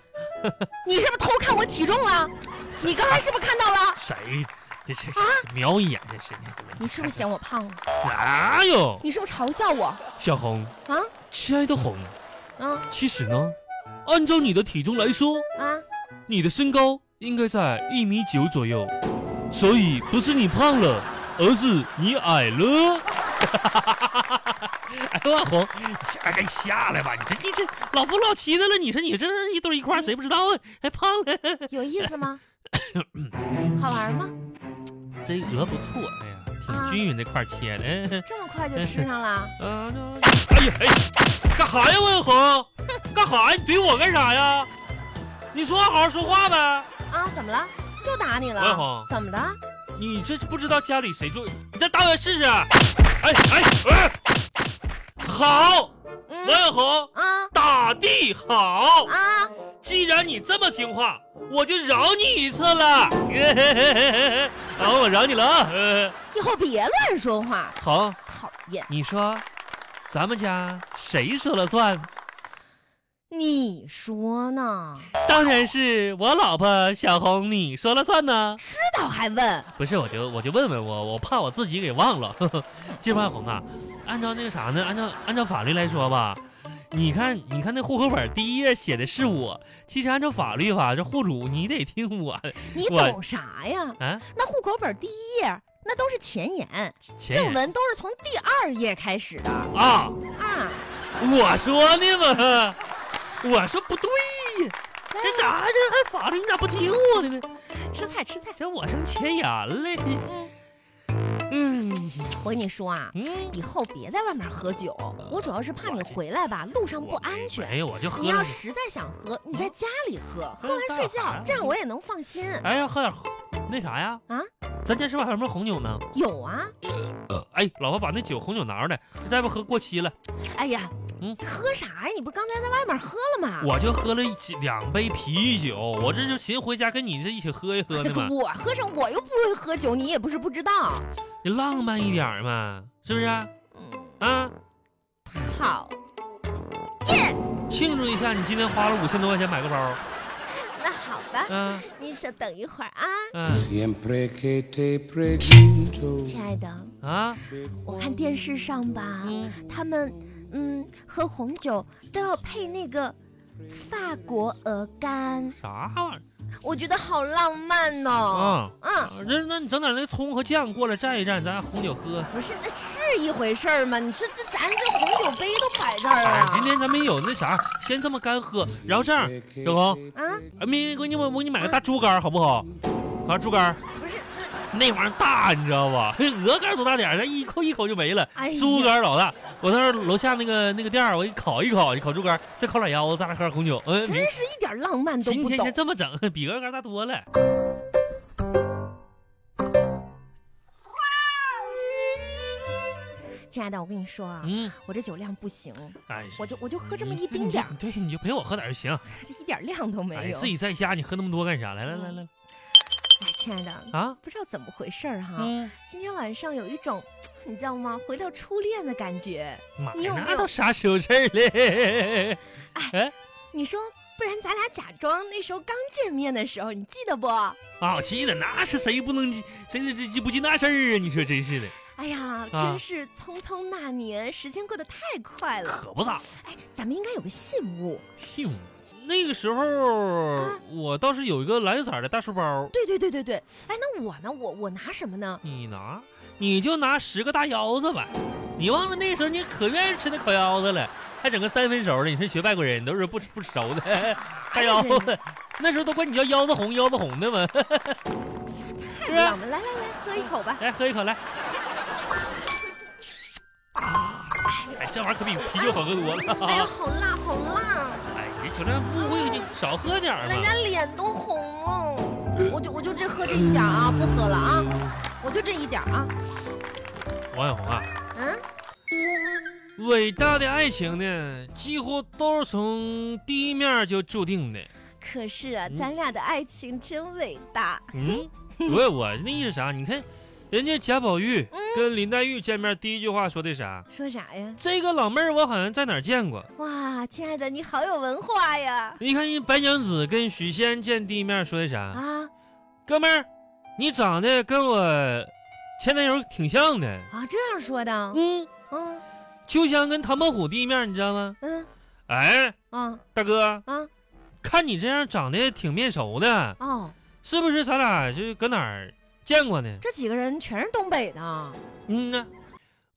[SPEAKER 3] 你是不是偷看我体重了？你刚才是不是看到了？
[SPEAKER 1] 谁？这这这瞄一眼，这是
[SPEAKER 3] 啊你是不是嫌我胖了？
[SPEAKER 1] 哪有？
[SPEAKER 3] 你是不是嘲笑我？
[SPEAKER 1] 小红
[SPEAKER 3] 啊，
[SPEAKER 1] 亲爱的红，
[SPEAKER 3] 嗯
[SPEAKER 1] 其实呢，按照你的体重来说，
[SPEAKER 3] 啊，
[SPEAKER 1] 你的身高应该在一米九左右，所以不是你胖了，而是你矮了。哎呦，万红，下该下来吧！你这你这老夫老妻的了，你说你这一堆一块儿，谁不知道啊？还胖了，
[SPEAKER 3] 有意思吗？好玩吗？
[SPEAKER 1] 这鹅不错，哎呀，挺均匀这块儿切的。
[SPEAKER 3] 这么快就吃上了？
[SPEAKER 1] 啊，这哎呀哎呀，干啥呀，万红？干啥呀？你怼我干啥呀？你说话好好说话呗。
[SPEAKER 3] 啊，怎么了？就打你
[SPEAKER 1] 文
[SPEAKER 3] 了
[SPEAKER 1] 红？
[SPEAKER 3] 怎么的？
[SPEAKER 1] 你这不知道家里谁做？你再打我试试。哎哎哎，好，
[SPEAKER 3] 嗯
[SPEAKER 1] 文红
[SPEAKER 3] 啊
[SPEAKER 1] 打的好。
[SPEAKER 3] 啊，
[SPEAKER 1] 既然你这么听话，我就饶你一次了。然后我饶你了啊。呃
[SPEAKER 3] 以后别乱说话，
[SPEAKER 1] 好，
[SPEAKER 3] 讨厌！
[SPEAKER 1] 你说，咱们家谁说了算？
[SPEAKER 3] 你说呢？
[SPEAKER 1] 当然是我老婆小红，你说了算呢。
[SPEAKER 3] 知道还问？
[SPEAKER 1] 不是，我就我就问问我，我怕我自己给忘了。 *laughs* 金万红啊，按照那个啥呢？按照按照法律来说吧，你看你看那户口本第一页写的是我，其实按照法律吧，这户主你得听我的
[SPEAKER 3] 你
[SPEAKER 1] 我
[SPEAKER 3] 懂啥呀？
[SPEAKER 1] 啊。
[SPEAKER 3] 那户口本第一页那都是前言。
[SPEAKER 1] 前
[SPEAKER 3] 正
[SPEAKER 1] 言
[SPEAKER 3] 文都是从第二页开始的
[SPEAKER 1] 啊，
[SPEAKER 3] 啊。
[SPEAKER 1] 我说呢嘛，我说不对呀，这咋
[SPEAKER 3] 嗯
[SPEAKER 1] 这还法律你咋不听我的呢？
[SPEAKER 3] 吃菜吃菜，
[SPEAKER 1] 这我成前言了，
[SPEAKER 3] 嗯，
[SPEAKER 1] 嗯
[SPEAKER 3] 我跟你说啊，
[SPEAKER 1] 嗯，
[SPEAKER 3] 以后别在外面喝酒，我主要是怕你回来吧，路上不
[SPEAKER 1] 我没
[SPEAKER 3] 安全。
[SPEAKER 1] 没有，我就喝
[SPEAKER 3] 你要
[SPEAKER 1] 了
[SPEAKER 3] 实在想喝，你在家里喝，喝
[SPEAKER 1] 嗯
[SPEAKER 3] 完睡
[SPEAKER 1] 干啥
[SPEAKER 3] 觉
[SPEAKER 1] 呀，
[SPEAKER 3] 这样我也能放心。
[SPEAKER 1] 哎呀，喝点那啥呀？
[SPEAKER 3] 啊，
[SPEAKER 1] 咱家是不是还有没有红酒呢？
[SPEAKER 3] 有啊，
[SPEAKER 1] 哎，老婆把那酒红酒拿出来，再不喝过期了。
[SPEAKER 3] 哎呀
[SPEAKER 1] 嗯，
[SPEAKER 3] 喝啥呀？你不是刚才在外面喝了吗？，
[SPEAKER 1] 我就喝了一起两杯啤酒，我这就寻思回家跟你这一起喝一喝呢嘛
[SPEAKER 3] *laughs* 我喝上，我又不会喝酒，你也不是不知道。
[SPEAKER 1] 你浪漫一点儿嘛，是不是啊？
[SPEAKER 3] 嗯，
[SPEAKER 1] 啊
[SPEAKER 3] 好，
[SPEAKER 1] 庆祝一下，你今天花了五千多块钱买个包，
[SPEAKER 3] 那好吧，
[SPEAKER 1] 嗯、
[SPEAKER 3] 你稍等一会儿啊，
[SPEAKER 1] 嗯
[SPEAKER 5] Siempre que te pregunto.
[SPEAKER 3] 亲爱的，
[SPEAKER 1] 啊
[SPEAKER 3] 我看电视上吧，
[SPEAKER 1] 嗯，
[SPEAKER 3] 他们嗯喝红酒都要配那个法国鹅肝，
[SPEAKER 1] 啥玩意
[SPEAKER 3] 我觉得好浪漫
[SPEAKER 1] 儿
[SPEAKER 3] 哦。
[SPEAKER 1] 啊？
[SPEAKER 3] 嗯，
[SPEAKER 1] 那那你整点那葱和酱过来蘸一蘸，咱俩红酒喝。
[SPEAKER 3] 嗯不是，那是一回事儿吗？你说这咱这红酒杯都摆这儿
[SPEAKER 1] 哎
[SPEAKER 3] 啊，？
[SPEAKER 1] 今天咱们有那啥，先这么干喝，然后这样，小红，
[SPEAKER 3] 啊，
[SPEAKER 1] 啊，明闺女，我我给你买个大猪肝儿好不好？啊，猪肝儿。
[SPEAKER 3] 不是，那
[SPEAKER 1] 那玩意儿大，你知道吧？鹅肝多大点儿，咱一口一口就没了。
[SPEAKER 3] 哎呀，
[SPEAKER 1] 猪肝老大，我到时候楼下那个那个店儿，我给你烤一烤，烤猪肝，再烤点腰子，咱俩喝点红酒。嗯，明
[SPEAKER 3] 真是一点浪漫都
[SPEAKER 1] 今
[SPEAKER 3] 不
[SPEAKER 1] 天
[SPEAKER 3] 懂
[SPEAKER 1] 先。这么整，比鹅肝大多了。
[SPEAKER 3] 亲爱的，我跟你说啊，
[SPEAKER 1] 嗯，
[SPEAKER 3] 我这酒量不行，
[SPEAKER 1] 哎，
[SPEAKER 3] 我就我就喝这么
[SPEAKER 1] 嗯
[SPEAKER 3] 一丁点儿，
[SPEAKER 1] 对，你就陪我喝点儿就行。
[SPEAKER 3] 这一点量都没
[SPEAKER 1] 哎，
[SPEAKER 3] 有。
[SPEAKER 1] 自己在家你喝那么多干啥？来来来来
[SPEAKER 3] 哎，亲爱的，
[SPEAKER 1] 啊，
[SPEAKER 3] 不知道怎么回事儿哈，
[SPEAKER 1] 嗯，
[SPEAKER 3] 今天晚上有一种，你知道吗？回到初恋的感觉。
[SPEAKER 1] 妈
[SPEAKER 3] 你有
[SPEAKER 1] 呀，
[SPEAKER 3] 没
[SPEAKER 1] 那
[SPEAKER 3] 有
[SPEAKER 1] 都啥时候事儿嘞？ *laughs*
[SPEAKER 3] 你说，不然咱俩假装那时候刚见面的时候，你记得不？
[SPEAKER 1] 啊，我记得那是谁不能记谁这这记不记那事儿啊？你说真是的，
[SPEAKER 3] 哎呀，
[SPEAKER 1] 啊
[SPEAKER 3] 真是匆匆那年，时间过得太快了。
[SPEAKER 1] 可不咋。
[SPEAKER 3] 哎，咱们应该有个信物。
[SPEAKER 1] 屁股。那个时候
[SPEAKER 3] 啊
[SPEAKER 1] 我倒是有一个蓝色的大书包，
[SPEAKER 3] 对对对对对。哎，那我呢？我我拿什么呢？
[SPEAKER 1] 你拿？你就拿十个大腰子吧。你忘了那时候你可愿意吃那烤腰子了，还整个三分熟的。你说学外国人都是不吃不
[SPEAKER 3] *laughs*
[SPEAKER 1] 熟的大腰子，那时候都管你叫腰子红腰子红的嘛。 *laughs*
[SPEAKER 3] 太浪漫！来来来，喝一口吧。
[SPEAKER 1] 来喝一口来。哎，这玩意儿可比啤酒好喝多了。
[SPEAKER 3] 哎呀，好辣，好辣！
[SPEAKER 1] 哎，你这酒量不会，你少喝点儿
[SPEAKER 3] 人
[SPEAKER 1] 嘛
[SPEAKER 3] 家。脸都红了。我就我就这喝这一点儿啊，不喝了啊，我就这一点儿啊。
[SPEAKER 1] 王小红啊，
[SPEAKER 3] 嗯，
[SPEAKER 1] 伟大的爱情呢，几乎都是从第一面就注定
[SPEAKER 3] *laughs*
[SPEAKER 1] 的。
[SPEAKER 3] 可是啊，
[SPEAKER 1] 嗯
[SPEAKER 3] 咱俩的爱情真伟大。
[SPEAKER 1] 嗯，我我那意思啥？你看，人家贾宝玉
[SPEAKER 3] 嗯
[SPEAKER 1] 跟林黛玉见面第一句话说的啥？
[SPEAKER 3] 说啥呀？
[SPEAKER 1] 这个老妹儿我好像在哪儿见过。
[SPEAKER 3] 哇，亲爱的，你好有文化呀！
[SPEAKER 1] 你看人白娘子跟许仙见第一面说的啥？
[SPEAKER 3] 啊
[SPEAKER 1] 哥们儿，你长得跟我前男友挺像的。
[SPEAKER 3] 啊，这样说的。
[SPEAKER 1] 嗯，
[SPEAKER 3] 嗯
[SPEAKER 1] 秋香跟唐伯虎第一面你知道吗？
[SPEAKER 3] 嗯
[SPEAKER 1] 哎，
[SPEAKER 3] 啊
[SPEAKER 1] 大哥，
[SPEAKER 3] 啊
[SPEAKER 1] 看你这样长得挺面熟的，
[SPEAKER 3] 哦，
[SPEAKER 1] 是不是咱俩就是搁哪儿见过呢？
[SPEAKER 3] 这几个人全是东北的。
[SPEAKER 1] 嗯呐，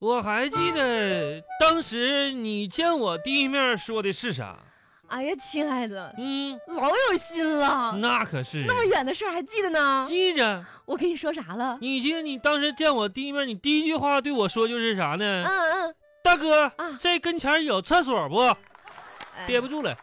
[SPEAKER 1] 我还记得当时你见我第一面说的是啥？
[SPEAKER 3] 哎呀，亲爱的，
[SPEAKER 1] 嗯，
[SPEAKER 3] 老有心了，
[SPEAKER 1] 那可是
[SPEAKER 3] 啊那么远的事儿还记得呢。
[SPEAKER 1] 记着，
[SPEAKER 3] 我跟你说啥了？
[SPEAKER 1] 你记得你当时见我第一面，你第一句话对我说就是啥呢？
[SPEAKER 3] 嗯嗯，
[SPEAKER 1] 大哥
[SPEAKER 3] 啊，
[SPEAKER 1] 这跟前儿有厕所不？
[SPEAKER 3] 哎
[SPEAKER 1] 憋不住了，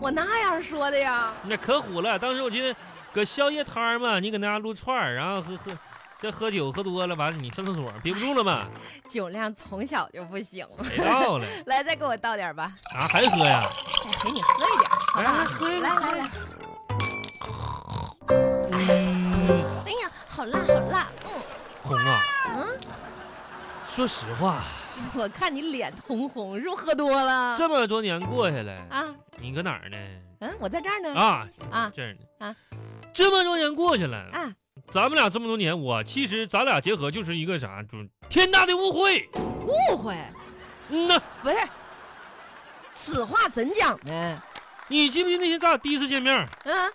[SPEAKER 3] 我那样说的呀。
[SPEAKER 1] 那可虎了。当时我记得搁宵夜摊儿嘛，你搁那家撸串儿，然后喝喝，这喝酒喝多了，完了你上厕所憋不住了嘛，
[SPEAKER 3] 酒量从小就不行了。
[SPEAKER 1] *laughs* 没到了
[SPEAKER 3] 来，再给我倒点儿吧，
[SPEAKER 1] 啊，还喝呀？
[SPEAKER 3] 再陪你喝一点儿，好不
[SPEAKER 1] 来
[SPEAKER 3] 好？
[SPEAKER 1] 喝一
[SPEAKER 3] 来来来，
[SPEAKER 1] 嗯
[SPEAKER 3] 哎呀，好辣好辣，嗯，
[SPEAKER 1] 红啊，
[SPEAKER 3] 嗯
[SPEAKER 1] 说实话，
[SPEAKER 3] *laughs* 我看你脸通红，是不是喝多了？
[SPEAKER 1] 这么多年过下来，
[SPEAKER 3] 啊，
[SPEAKER 1] 你搁哪儿呢？
[SPEAKER 3] 嗯，我在这儿呢。
[SPEAKER 1] 啊，
[SPEAKER 3] 啊
[SPEAKER 1] 这儿呢
[SPEAKER 3] 啊，
[SPEAKER 1] 这么多年过去了，
[SPEAKER 3] 啊，
[SPEAKER 1] 咱们俩这么多年，我其实咱俩结合就是一个啥，就天大的误会。
[SPEAKER 3] 误会，
[SPEAKER 1] 嗯呐，
[SPEAKER 3] 不是，此话怎讲呢？
[SPEAKER 1] 你记不记得那天咱俩第一次见面，
[SPEAKER 3] 嗯，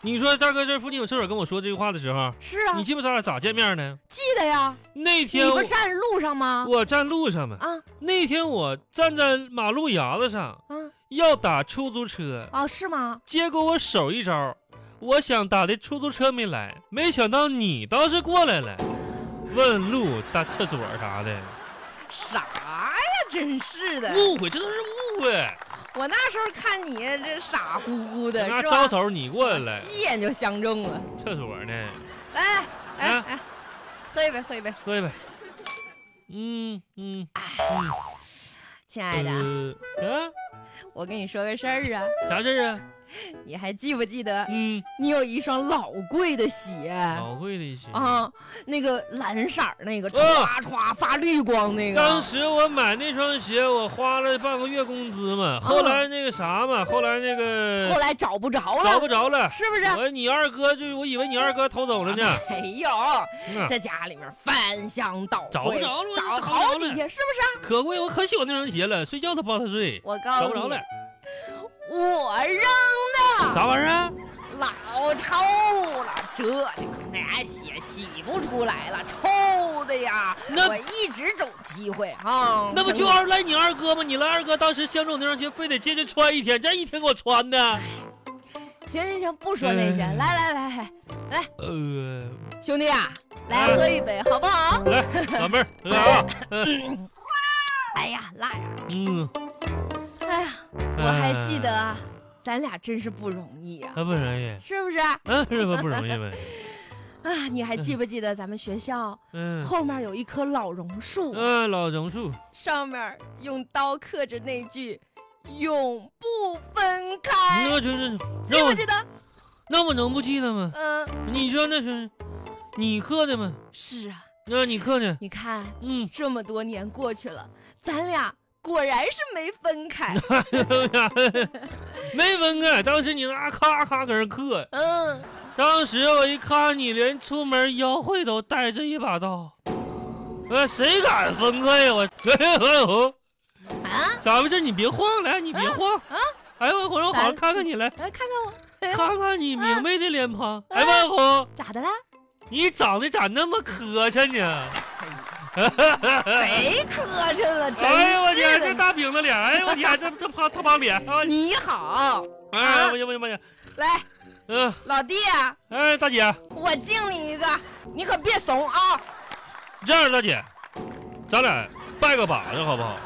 [SPEAKER 1] 你说大哥这附近有厕所，跟我说这句话的时候，
[SPEAKER 3] 是啊
[SPEAKER 1] 你，记不咱俩咋见面呢？
[SPEAKER 3] 记得呀，
[SPEAKER 1] 那天
[SPEAKER 3] 你
[SPEAKER 1] 我
[SPEAKER 3] 不站路上吗？
[SPEAKER 1] 我站路上嘛，
[SPEAKER 3] 啊
[SPEAKER 1] 那天我站在马路牙子上
[SPEAKER 3] 啊
[SPEAKER 1] 要打出租车，
[SPEAKER 3] 哦，是吗？
[SPEAKER 1] 结果我手一招，我想打的出租车没来，没想到你倒是过来了，问路、大厕所啥的，
[SPEAKER 3] 啥呀，真是的，
[SPEAKER 1] 误会，这都是误会。
[SPEAKER 3] 我那时候看你这傻乎乎的，
[SPEAKER 1] 那
[SPEAKER 3] 是
[SPEAKER 1] 招
[SPEAKER 3] 吧？
[SPEAKER 1] 手你过来了，
[SPEAKER 3] 一眼就相中了。
[SPEAKER 1] 厕所呢？
[SPEAKER 3] 哎哎
[SPEAKER 1] 啊
[SPEAKER 3] 哎，喝一杯，喝一杯，
[SPEAKER 1] 喝一杯。嗯嗯，
[SPEAKER 3] 亲爱的，
[SPEAKER 1] 呃，啊，
[SPEAKER 3] 我跟你说个事儿啊，
[SPEAKER 1] 啥事儿啊？
[SPEAKER 3] 你还记不记得
[SPEAKER 1] 嗯，
[SPEAKER 3] 你有一双老贵的鞋？
[SPEAKER 1] 老贵的鞋。
[SPEAKER 3] 啊，那个蓝色儿那个，
[SPEAKER 1] 哦
[SPEAKER 3] 歘歘发绿光那个。
[SPEAKER 1] 当时我买那双鞋，我花了半个月工资
[SPEAKER 3] 嗯
[SPEAKER 1] 嘛。后来那个啥嘛，后来那
[SPEAKER 3] 后
[SPEAKER 1] 个
[SPEAKER 3] 来找不着
[SPEAKER 1] 找
[SPEAKER 3] 了，
[SPEAKER 1] 不着了。
[SPEAKER 3] 是不是？
[SPEAKER 1] 我你二哥就是，我以为你二哥偷走了呢。
[SPEAKER 3] 没有，
[SPEAKER 1] 嗯
[SPEAKER 3] 在家里面翻箱倒柜，
[SPEAKER 1] 找不着了我
[SPEAKER 3] 找
[SPEAKER 1] 找不着
[SPEAKER 3] 好
[SPEAKER 1] 了
[SPEAKER 3] 几天，是不是啊？
[SPEAKER 1] 可贵，我可喜欢那双鞋了，睡觉都不抱它睡，
[SPEAKER 3] 我
[SPEAKER 1] 找
[SPEAKER 3] 告
[SPEAKER 1] 不着
[SPEAKER 3] 诉你
[SPEAKER 1] 了，。
[SPEAKER 3] 我
[SPEAKER 1] *laughs*
[SPEAKER 3] 扔的，
[SPEAKER 1] 啥玩意儿啊？
[SPEAKER 3] 嗯老臭了，这家伙那血洗不出来了，臭的呀！
[SPEAKER 1] 那
[SPEAKER 3] 我一直找机会啊，
[SPEAKER 1] 那不
[SPEAKER 3] 成
[SPEAKER 1] 就
[SPEAKER 3] 功
[SPEAKER 1] 二赖你二哥吗？你赖二哥当时相中我那双鞋，非得借着穿一天，这一天给我穿的。
[SPEAKER 3] 行行行，不说那些，
[SPEAKER 1] 哎
[SPEAKER 3] 来来来来， *laughs*
[SPEAKER 1] 呃，
[SPEAKER 3] 兄弟啊，来
[SPEAKER 1] 哎
[SPEAKER 3] 喝一杯，好不好？
[SPEAKER 1] 来，老 *laughs* 妹儿，来啊，
[SPEAKER 3] 哎呀，辣呀！
[SPEAKER 1] 嗯，
[SPEAKER 3] 哎呀，我还记得啊，咱俩真是不容易呀、
[SPEAKER 1] 哎，不容易，
[SPEAKER 3] 是不是啊？
[SPEAKER 1] 嗯，是不不容易呗，
[SPEAKER 3] 你还记不记得咱们学校
[SPEAKER 1] 嗯，
[SPEAKER 3] 后面有一棵老榕树，
[SPEAKER 1] 嗯，老榕树，
[SPEAKER 3] 上面用刀刻着那句“永不分开
[SPEAKER 1] 那就是”，
[SPEAKER 3] 记
[SPEAKER 1] 那
[SPEAKER 3] 哎不
[SPEAKER 1] 我
[SPEAKER 3] 记得？
[SPEAKER 1] 那我能不记得吗？
[SPEAKER 3] 嗯，
[SPEAKER 1] 你说那是你刻的吗？
[SPEAKER 3] 是啊，
[SPEAKER 1] 那你刻的，
[SPEAKER 3] 你看 *laughs*
[SPEAKER 1] 嗯， *laughs*
[SPEAKER 3] 这么多年过去了，咱俩果然是没
[SPEAKER 1] *laughs*
[SPEAKER 3] 分开。
[SPEAKER 1] 没分开，当时你那咔咔搁那刻，
[SPEAKER 3] 嗯，
[SPEAKER 1] 当时我一看你连出门吆喝都带着一把刀，呃，谁敢分开呀？我，哎，王红，
[SPEAKER 3] 啊，
[SPEAKER 1] 咋回事？你别晃来，你别晃啊！哎，万红，我好好看看你来，
[SPEAKER 3] 来看看我啊
[SPEAKER 1] 看看你明媚的脸庞。哎，万红，
[SPEAKER 3] 咋的啦？
[SPEAKER 1] 你长得咋那么磕碜呢？
[SPEAKER 3] 谁磕碜了？ *laughs* 真
[SPEAKER 1] 嗯哎呦我
[SPEAKER 3] 是
[SPEAKER 1] 天，
[SPEAKER 3] 的，
[SPEAKER 1] 这大饼子脸，哎呦我天，这这胖他妈脸，哎呦
[SPEAKER 3] *laughs* 你啊好，
[SPEAKER 1] 哎呦不行不行不行，
[SPEAKER 3] 来，
[SPEAKER 1] 嗯，
[SPEAKER 3] 老弟，啊
[SPEAKER 1] 哎大姐，
[SPEAKER 3] 我敬你一个，你可别怂啊！
[SPEAKER 1] 这样大姐，咱俩拜个把子好不好？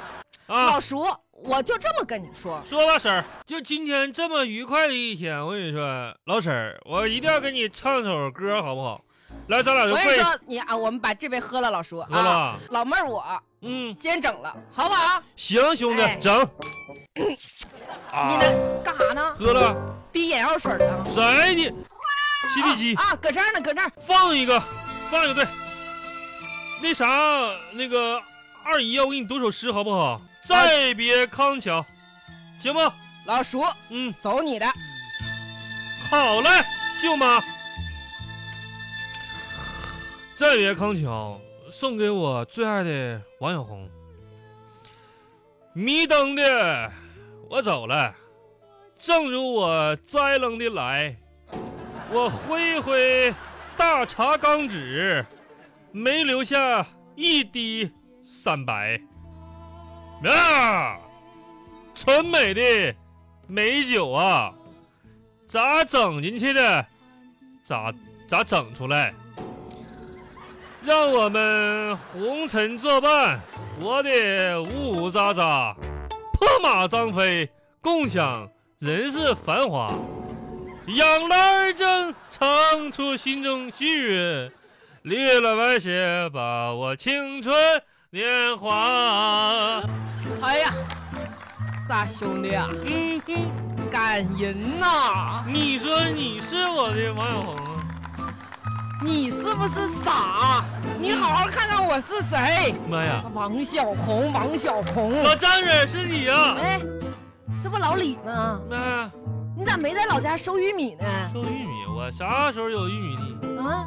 [SPEAKER 1] 啊
[SPEAKER 3] 老，叔，我就这么跟你说，
[SPEAKER 1] 说吧婶儿，就今天这么愉快的一天，我跟你说，老婶儿，我一定要给你唱首歌好不好？来，咱俩
[SPEAKER 3] 我
[SPEAKER 1] 就
[SPEAKER 3] 跟你
[SPEAKER 1] 跪
[SPEAKER 3] 说，你啊，我们把这杯喝了，老叔
[SPEAKER 1] 呃喝
[SPEAKER 3] 啊，
[SPEAKER 1] 了，
[SPEAKER 3] 老妹儿我
[SPEAKER 1] 嗯，
[SPEAKER 3] 先整了，好不好？
[SPEAKER 1] 行，兄弟
[SPEAKER 3] 哎，
[SPEAKER 1] 整。啊
[SPEAKER 3] *coughs* 你，那干啥呢？
[SPEAKER 1] 喝了，
[SPEAKER 3] 滴眼药水呢？
[SPEAKER 1] 谁的？吸地鸡。
[SPEAKER 3] 啊，啊搁这儿呢，搁这儿。
[SPEAKER 1] 放一个，放一个，对，那啥，那个二姨啊，我给你读首诗好不好？
[SPEAKER 3] 哎
[SPEAKER 1] 再别康桥，行吗？
[SPEAKER 3] 老叔，
[SPEAKER 1] 嗯，
[SPEAKER 3] 走你的。
[SPEAKER 1] 好嘞，舅妈。再别康桥，送给我最爱的王小红。迷瞪的我走了，正如我栽楞的来，我挥一挥大茶缸纸，没留下一滴散白。呀，纯美的美酒啊！咋整进去的？咋咋整出来？让我们红尘作伴，活得呜呜喳喳，破马张飞，共享人世繁华。养劳而争，唱出心中喜悦，绿了白雪，把我青春年华。
[SPEAKER 2] 哎呀，大兄弟啊，
[SPEAKER 1] 嗯哼，
[SPEAKER 2] 感人呐！
[SPEAKER 1] 你说你是我的王小红啊？
[SPEAKER 2] 你是不是傻？
[SPEAKER 3] 啊
[SPEAKER 2] 你好好看看我是谁，
[SPEAKER 1] 妈呀，
[SPEAKER 2] 王小红，王小红。
[SPEAKER 1] *laughs* 老张人是你呀、啊！
[SPEAKER 3] 哎，这不老李吗？
[SPEAKER 1] 妈呀！
[SPEAKER 3] 你咋没在老家收玉米呢？
[SPEAKER 1] 种玉米，我啥时候有玉米地？
[SPEAKER 3] 啊，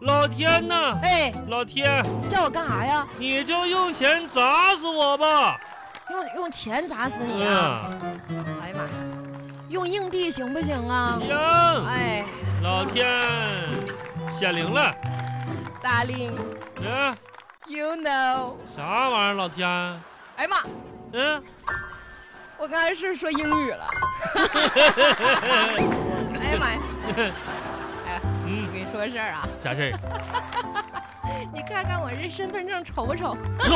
[SPEAKER 1] 老天呐，
[SPEAKER 3] 哎，
[SPEAKER 1] 老天，
[SPEAKER 3] 叫我干啥呀？
[SPEAKER 1] 你就用钱砸死我吧！
[SPEAKER 3] 用用钱砸死你啊！
[SPEAKER 1] 嗯，
[SPEAKER 3] 哎呀妈呀，用硬币行不行啊？
[SPEAKER 1] 行，
[SPEAKER 3] 哎，
[SPEAKER 1] 老天显灵了，
[SPEAKER 3] 大令
[SPEAKER 1] 嗯，
[SPEAKER 3] ，you know，
[SPEAKER 1] 啥玩意儿？老天，
[SPEAKER 3] 哎呀妈，
[SPEAKER 1] 嗯，
[SPEAKER 3] 我刚才是不是说英语了？哎呀妈呀，我
[SPEAKER 1] *laughs* 嗯，
[SPEAKER 3] 跟你说个事儿啊，
[SPEAKER 1] 啥事 *laughs* 儿？
[SPEAKER 3] 你看看我这身份证丑不丑？
[SPEAKER 1] 瞅，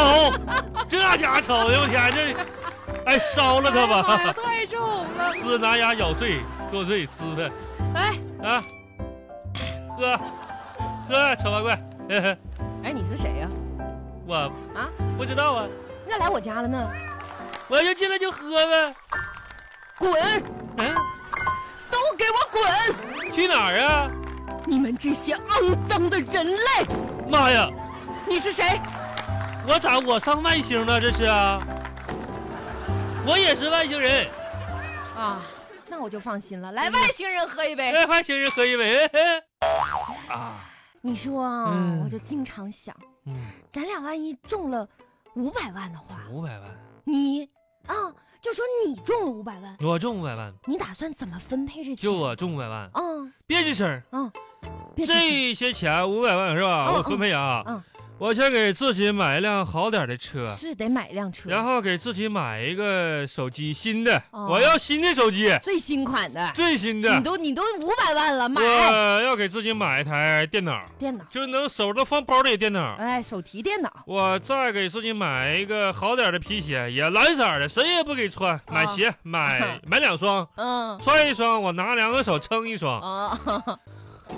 [SPEAKER 1] 这家瞅的，我天，这，哎，烧了它
[SPEAKER 3] 哎呀妈
[SPEAKER 1] 吧！
[SPEAKER 3] 呀太重
[SPEAKER 1] *laughs*
[SPEAKER 3] 了！
[SPEAKER 1] 撕拿牙咬碎，剁碎撕的
[SPEAKER 3] 哎
[SPEAKER 1] 啊！喝，喝，丑八怪，呵呵
[SPEAKER 3] 哎，你是谁呀、
[SPEAKER 1] 我
[SPEAKER 3] 啊
[SPEAKER 1] 不知道啊。
[SPEAKER 3] 你咋来我家了呢？
[SPEAKER 1] 我就进来就喝呗。
[SPEAKER 3] 滚，
[SPEAKER 1] 嗯，
[SPEAKER 3] 都给我滚！
[SPEAKER 1] 去哪儿啊？
[SPEAKER 3] 你们这些肮脏的人类！
[SPEAKER 1] 妈呀，
[SPEAKER 3] 你是谁？
[SPEAKER 1] 我咋我上外星了？这是啊？我也是外星人。
[SPEAKER 3] 啊，那我就放心了。来，
[SPEAKER 1] 嗯
[SPEAKER 3] 外星人喝一杯。
[SPEAKER 1] 哎，外星人喝一杯。哎哎啊，
[SPEAKER 3] 你说啊，
[SPEAKER 1] 嗯
[SPEAKER 3] 我就经常想，
[SPEAKER 1] 嗯，
[SPEAKER 3] 咱俩万一中了五百万的话，
[SPEAKER 1] 五百万，
[SPEAKER 3] 你啊，就说你中了五百万，
[SPEAKER 1] 我中五百万，
[SPEAKER 3] 你打算怎么分配这钱？
[SPEAKER 1] 就我中五百万。
[SPEAKER 3] 啊，
[SPEAKER 1] 别吱声儿，
[SPEAKER 3] 别急
[SPEAKER 1] 这些钱五百万是吧？
[SPEAKER 3] 嗯
[SPEAKER 1] 我分配
[SPEAKER 3] 嗯
[SPEAKER 1] 啊，我先给自己买一辆好点儿的车。
[SPEAKER 3] 是得买辆车，
[SPEAKER 1] 然后给自己买一个手机，新的，
[SPEAKER 3] 哦
[SPEAKER 1] 我要新的手机，
[SPEAKER 3] 最新款的，
[SPEAKER 1] 最新的
[SPEAKER 3] 你。都你都五百万了，买
[SPEAKER 1] 我要给自己买一台电脑，
[SPEAKER 3] 电脑，
[SPEAKER 1] 就能手都放包里的电脑。
[SPEAKER 3] 哎，手提电脑，
[SPEAKER 1] 我再给自己买一个好点的皮鞋，也蓝色的，谁也不给穿。买鞋，
[SPEAKER 3] 哦 *laughs*
[SPEAKER 1] 买买两双， *laughs*
[SPEAKER 3] 嗯
[SPEAKER 1] 穿一双，我拿两个手撑一双。
[SPEAKER 3] 啊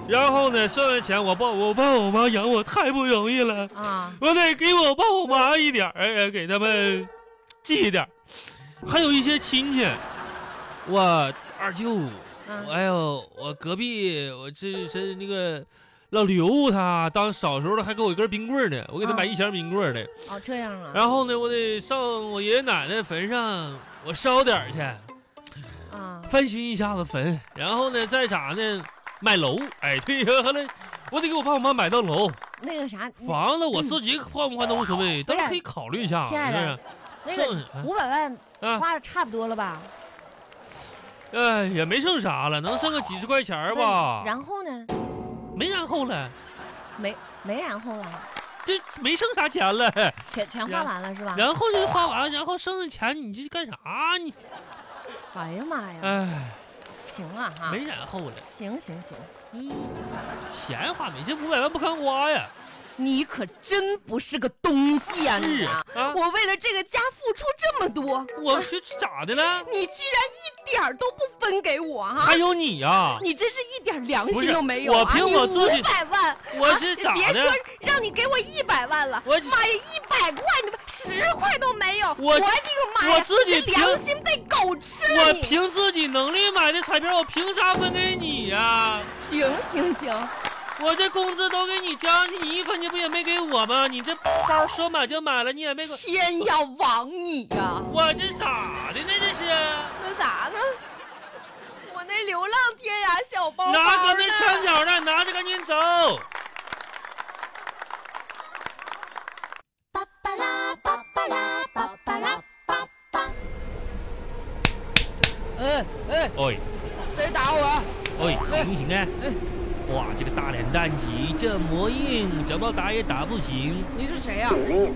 [SPEAKER 1] 然后呢，剩下钱我爸我爸我妈养我太不容易了，
[SPEAKER 3] 啊，
[SPEAKER 1] 我得给我爸我妈一点儿，哎，给他们寄一点儿。还有一些亲戚，我二舅，
[SPEAKER 3] 嗯
[SPEAKER 1] 哎呦，我隔壁我这是那个老刘他当小时候还给我一根冰棍儿呢，我给他
[SPEAKER 3] 啊
[SPEAKER 1] 买一箱冰棍儿的。
[SPEAKER 3] 哦这样啊，
[SPEAKER 1] 然后呢，我得上我爷爷奶奶坟上我烧点儿去，
[SPEAKER 3] 啊
[SPEAKER 1] 翻新一下子坟。然后呢，再啥呢，买楼。哎，对呀，后来我得给我爸我妈买到楼，
[SPEAKER 3] 那个啥，你
[SPEAKER 1] 房子我自己换不换都无所谓，当然可以考虑一下。
[SPEAKER 3] 嗯亲爱的那
[SPEAKER 1] 剩
[SPEAKER 3] 个
[SPEAKER 1] 下
[SPEAKER 3] 五百万
[SPEAKER 1] 啊，
[SPEAKER 3] 花的差不多了吧？
[SPEAKER 1] 哎，
[SPEAKER 3] 嗯
[SPEAKER 1] 也没剩啥了，能剩个几十块钱儿吧？
[SPEAKER 3] 然后呢？
[SPEAKER 1] 没然后了，
[SPEAKER 3] 没没然后了，
[SPEAKER 1] 这没剩啥钱了，
[SPEAKER 3] 全全花完了是吧？
[SPEAKER 1] 然后就花完，然后剩的钱你这干啥？你
[SPEAKER 3] 哎呀妈呀，
[SPEAKER 1] 哎，
[SPEAKER 3] 行啊哈，
[SPEAKER 1] 没然后了。
[SPEAKER 3] 行行行，
[SPEAKER 1] 嗯，钱花没，这五百万不堪花呀。
[SPEAKER 3] 你可真不是个东西呀、你
[SPEAKER 1] 是
[SPEAKER 3] 啊
[SPEAKER 1] 啊！，
[SPEAKER 3] 我为了这个家付出这么多，
[SPEAKER 1] 我这咋的了？
[SPEAKER 3] 你居然一点儿都不分给我哈、
[SPEAKER 1] 还有你呀、
[SPEAKER 3] 你真是一点良
[SPEAKER 1] 不
[SPEAKER 3] 心
[SPEAKER 1] 是
[SPEAKER 3] 都没有
[SPEAKER 1] 我
[SPEAKER 3] 啊！
[SPEAKER 1] 凭我自己
[SPEAKER 3] 五百万，
[SPEAKER 1] 我
[SPEAKER 3] 啊
[SPEAKER 1] 这
[SPEAKER 3] 你
[SPEAKER 1] 咋
[SPEAKER 3] 别
[SPEAKER 1] 的
[SPEAKER 3] 说让你给我一百万了，
[SPEAKER 1] 我
[SPEAKER 3] 妈呀，一百块你们十块都没有，
[SPEAKER 1] 我
[SPEAKER 3] 我的个妈呀，
[SPEAKER 1] 我自己
[SPEAKER 3] 你
[SPEAKER 1] 凭
[SPEAKER 3] 良心被狗吃了
[SPEAKER 1] 我
[SPEAKER 3] 你！
[SPEAKER 1] 凭自己能力买的彩票，我凭啥分给你呀、
[SPEAKER 3] 行行行，
[SPEAKER 1] 我这工资都给你交上去，你一分钱不也没给我吗？你这包说买就买了，你也没给我，
[SPEAKER 3] 天要亡你啊呀、
[SPEAKER 1] 我这咋的呢？这是
[SPEAKER 3] 那咋呢？我那流浪天涯小包包
[SPEAKER 1] 拿搁那
[SPEAKER 3] 呢
[SPEAKER 1] 墙角呢，拿着赶紧走。
[SPEAKER 4] パッパラーパッパラーパッパラーパッパ
[SPEAKER 2] 哎哎，
[SPEAKER 1] 哎
[SPEAKER 2] 谁打我啊？
[SPEAKER 1] 哎，行不行啊？哇，这个大脸蛋皮，这魔硬，怎么打也打不醒。
[SPEAKER 2] 你是谁呀、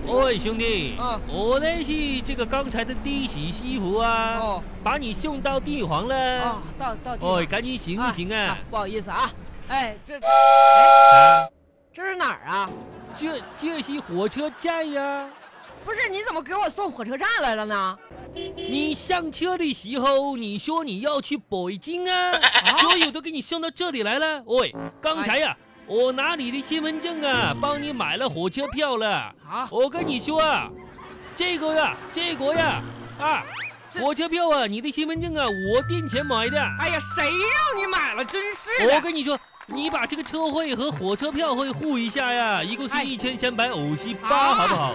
[SPEAKER 1] 喂，兄弟，
[SPEAKER 2] 啊
[SPEAKER 1] 我那是这个刚才的滴洗西服啊，
[SPEAKER 2] 哦
[SPEAKER 1] 把你送到地皇了。
[SPEAKER 2] 啊，到到底
[SPEAKER 1] 哦，赶紧行不行啊？
[SPEAKER 2] 不好意思啊，哎，这这
[SPEAKER 1] 啊，
[SPEAKER 2] 这是哪儿啊？
[SPEAKER 1] 这这是火车站呀、
[SPEAKER 2] 不是，你怎么给我送火车站来了呢？
[SPEAKER 1] 你上车的时候，你说你要去北
[SPEAKER 2] *laughs*
[SPEAKER 1] 京啊，所以我都给你送到这里来了。喂，刚才呀、啊我拿你的身份证啊，帮你买了火车票了。
[SPEAKER 2] 啊，
[SPEAKER 1] 我跟你说啊，这个呀，这个呀，啊，
[SPEAKER 2] 这
[SPEAKER 1] 火车票啊，你的身份证啊，我垫钱买的。
[SPEAKER 2] 哎呀，谁让你买了？真是
[SPEAKER 1] 我
[SPEAKER 2] 的，
[SPEAKER 1] 跟你说，你把这个车费和火车票费付一下呀，一共
[SPEAKER 2] 哎
[SPEAKER 1] 是一千三百五十
[SPEAKER 2] 啊
[SPEAKER 1] 八，好不好？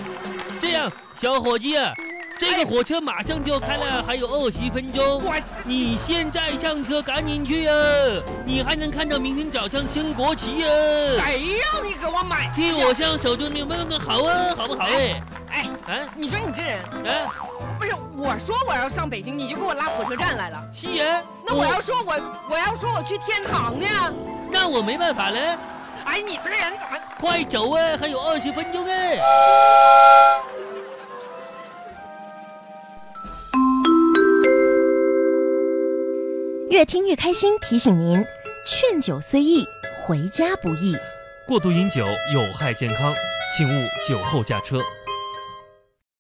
[SPEAKER 1] 这样，小伙计啊，这
[SPEAKER 2] 哎
[SPEAKER 1] 个火车马上就要开了，还有二十分钟。
[SPEAKER 2] 我是
[SPEAKER 1] 你现在上车，赶紧去啊！你还能看到明天早上升国旗啊！
[SPEAKER 2] 谁让你给我买？
[SPEAKER 1] 替我向手中的问个好啊，好不好？哎，
[SPEAKER 2] 哎，
[SPEAKER 1] 哎，
[SPEAKER 2] 你说你这人，
[SPEAKER 1] 哎，
[SPEAKER 2] 不是我说我要上北京，你就给我拉火车站来了。
[SPEAKER 1] 西人，
[SPEAKER 2] 那我要说我我要说我去天堂呢？
[SPEAKER 1] 那我没办法了，
[SPEAKER 2] 哎，你这个人咋？
[SPEAKER 1] 快走啊！还有二十分钟哎、
[SPEAKER 6] 越听越开心，提醒您：劝酒虽易，回家不易。
[SPEAKER 1] 过度饮酒有害健康，请勿酒后驾车。